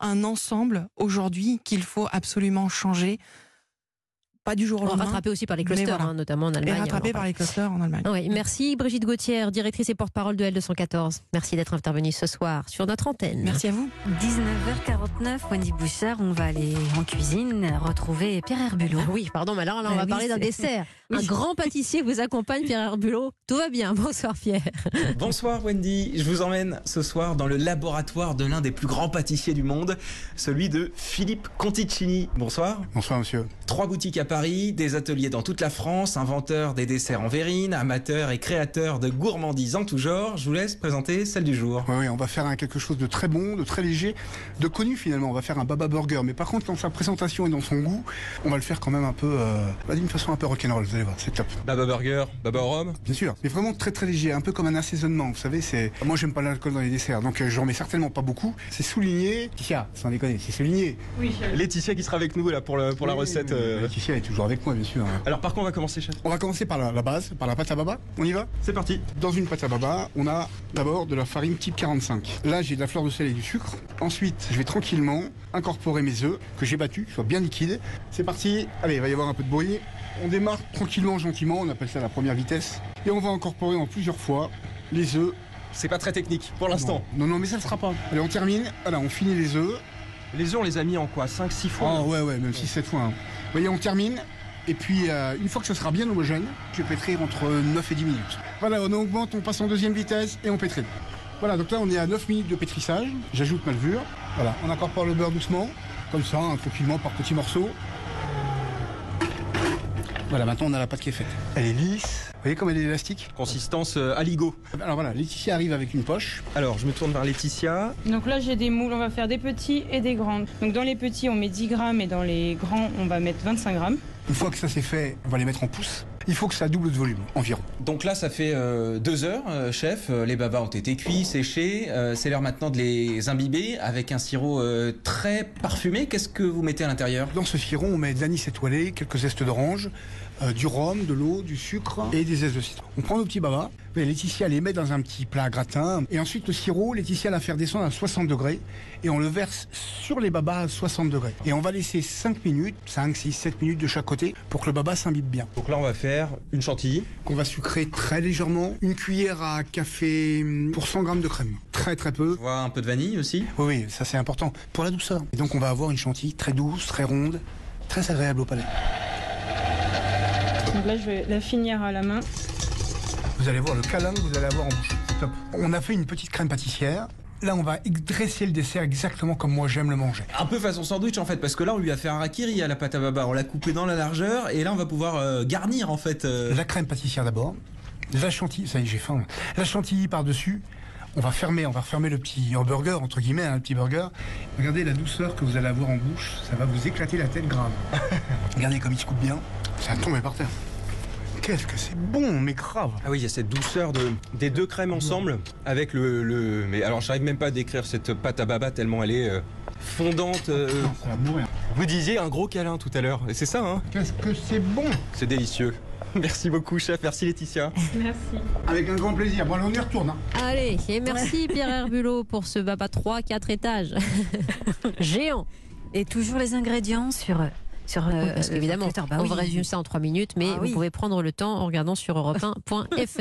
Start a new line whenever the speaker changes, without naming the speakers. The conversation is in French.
un ensemble aujourd'hui qu'il faut absolument changer. Pas du jour au lendemain.
Rattrapé aussi par les
Mais
clusters,
voilà.
hein, notamment en
Et
Allemagne.
rattrapé
on en
par
parle.
les clusters en Allemagne.
Ah ouais, merci Brigitte Gauthier, directrice et porte-parole de L214. Merci d'être intervenue ce soir sur notre antenne.
Merci à vous.
19h49, Wendy Bouchard, on va aller en cuisine retrouver Pierre Herbulot.
Ah Oui, pardon, mais alors là, on
Ah
va
oui,
parler d'un
c'est-
dessert. Un
Oui.
grand pâtissier vous accompagne, Pierre Herbulot. Tout va bien. Bonsoir Pierre.
Bonsoir Wendy, je vous emmène ce soir dans le laboratoire de l'un des plus grands pâtissiers du monde, celui de Philippe Conticini. Bonsoir.
Bonsoir monsieur.
Trois boutiques à Paris, des ateliers dans toute la France, inventeur des desserts en verrine, amateur et créateur de gourmandises en tout genre. Je vous laisse présenter celle du jour.
Oui, on va faire un, quelque chose de très bon, de très léger, de connu finalement. On va faire un Baba Burger, mais par contre dans sa présentation et dans son goût, on va le faire quand même un peu, euh, bah, d'une façon un peu rock'n'roll. Vous allez voir, c'est top.
Baba Burger, Baba au Rhum.
Bien sûr, mais vraiment très très léger, un peu comme un assaisonnement. Vous savez, c'est moi j'aime pas l'alcool dans les desserts, donc euh, j'en mets certainement pas beaucoup. C'est souligné. Laetitia, sans déconner, c'est souligné.
Laetitia qui sera avec nous là pour, le- pour la
Oui,
recette.
oui, oui,
euh.
Laetitia est toujours avec moi, bien sûr. hein.
Alors par contre on va commencer chef
On va commencer par la, la base, par la pâte à baba. On y va
C'est parti.
Dans une pâte à baba, on a d'abord de la farine type 45. Là, j'ai de la fleur de sel et du sucre. Ensuite, je vais tranquillement incorporer mes œufs que j'ai battus, qu'ils soient bien liquides. C'est parti. Allez, il va y avoir un peu de bruit. On démarre tranquillement, gentiment. On appelle ça la première vitesse. Et on va incorporer en plusieurs fois les œufs.
C'est pas très technique pour l'instant.
Non, non, mais ça ne sera pas. Allez, on termine. Voilà, on finit les œufs.
Les œufs on les a mis en quoi 5-6
Ah
fois
ouais, ouais, même si cette fois. hein. Vous voyez, on termine. Et puis, euh, une fois que ce sera bien homogène, je vais pétrir entre 9 et 10 minutes. Voilà, on augmente, on passe en deuxième vitesse et on pétrit. Voilà, donc là, on est à 9 minutes de pétrissage. J'ajoute ma levure. Voilà, on incorpore le beurre doucement, comme ça, hein, tranquillement, par petits morceaux. Voilà, maintenant, on a la pâte qui est faite. Elle est lisse. Vous voyez comme elle est élastique
Consistance euh, aligo.
Alors voilà, Laetitia arrive avec une poche.
Alors je me tourne vers Laetitia.
Donc là, j'ai des moules, on va faire des petits et des grands. Donc dans les petits, on met 10 grammes et dans les grands, on va mettre 25 grammes.
Une fois que ça c'est fait, on va les mettre en pouce. Il faut que ça double de volume, environ.
Donc là, ça fait euh, deux heures, euh, chef. Euh, Les babas ont été cuits, séchés. Euh, c'est l'heure maintenant de les imbiber avec un sirop euh, très parfumé. Qu'est-ce que vous mettez à l'intérieur
Dans ce firon, on met de l'anis étoilé, quelques zestes d'orange, euh, du rhum, de l'eau, du sucre et des zestes de citron. On prend nos petits babas, et Laetitia les met dans un petit plat à gratin. Et ensuite, le sirop, Laetitia la faire descendre à 60 degrés et on le verse sur les babas à 60 degrés. Et on va laisser 5 minutes, 5, 6, 7 minutes de chaque côté pour que le baba s'imbibe bien.
Donc là, on va faire une chantilly.
Qu'on va sucrer très légèrement, une cuillère à café hum, pour 100 grammes de crème. Très très peu.
Je vois un peu de vanille aussi.
Oui, oui, ça c'est important pour la douceur. Et donc on va avoir une chantilly très douce, très ronde, très agréable au palais.
Donc là, je vais la finir à la main.
Vous allez voir le câlin que vous allez avoir en bouche. C'est top. On a fait une petite crème pâtissière. Là, on va ex- dresser le dessert exactement comme moi j'aime le manger.
Un peu façon sandwich en fait, parce que là, on lui a fait un rakiri à la pâte à baba. On l'a coupé dans la largeur et là, on va pouvoir euh, garnir en fait. euh.
La crème pâtissière d'abord. La chantilly, ça y est, j'ai faim. La chantilly par-dessus. On va fermer, on va refermer le petit hamburger, entre guillemets, hein, le petit burger. Regardez la douceur que vous allez avoir en bouche. Ça va vous éclater la tête grave. Regardez comme il se coupe bien. Ça a tombé par terre. Qu'est-ce que c'est bon, mais grave.
Ah oui, il y a cette douceur de, des deux crèmes ensemble avec le. le- Mais alors, j'arrive même pas à décrire cette pâte à baba tellement elle est euh, fondante. euh.
Ça va mourir.
Vous disiez un gros câlin tout à l'heure, et c'est ça, hein
Qu'est-ce que c'est bon
C'est délicieux. Merci beaucoup, chef. Merci, Laetitia.
Merci.
Avec un grand plaisir. Bon, allez, on y retourne. hein.
Allez, et merci Pierre Herbulot pour ce baba 3 4 étages. Géant.
Et toujours les ingrédients sur, sur euh,
Euh, Bah Oui, parce qu'évidemment, on vous résume ça en 3 minutes, mais
Ah oui.
vous pouvez prendre le temps en regardant sur europe1.fr.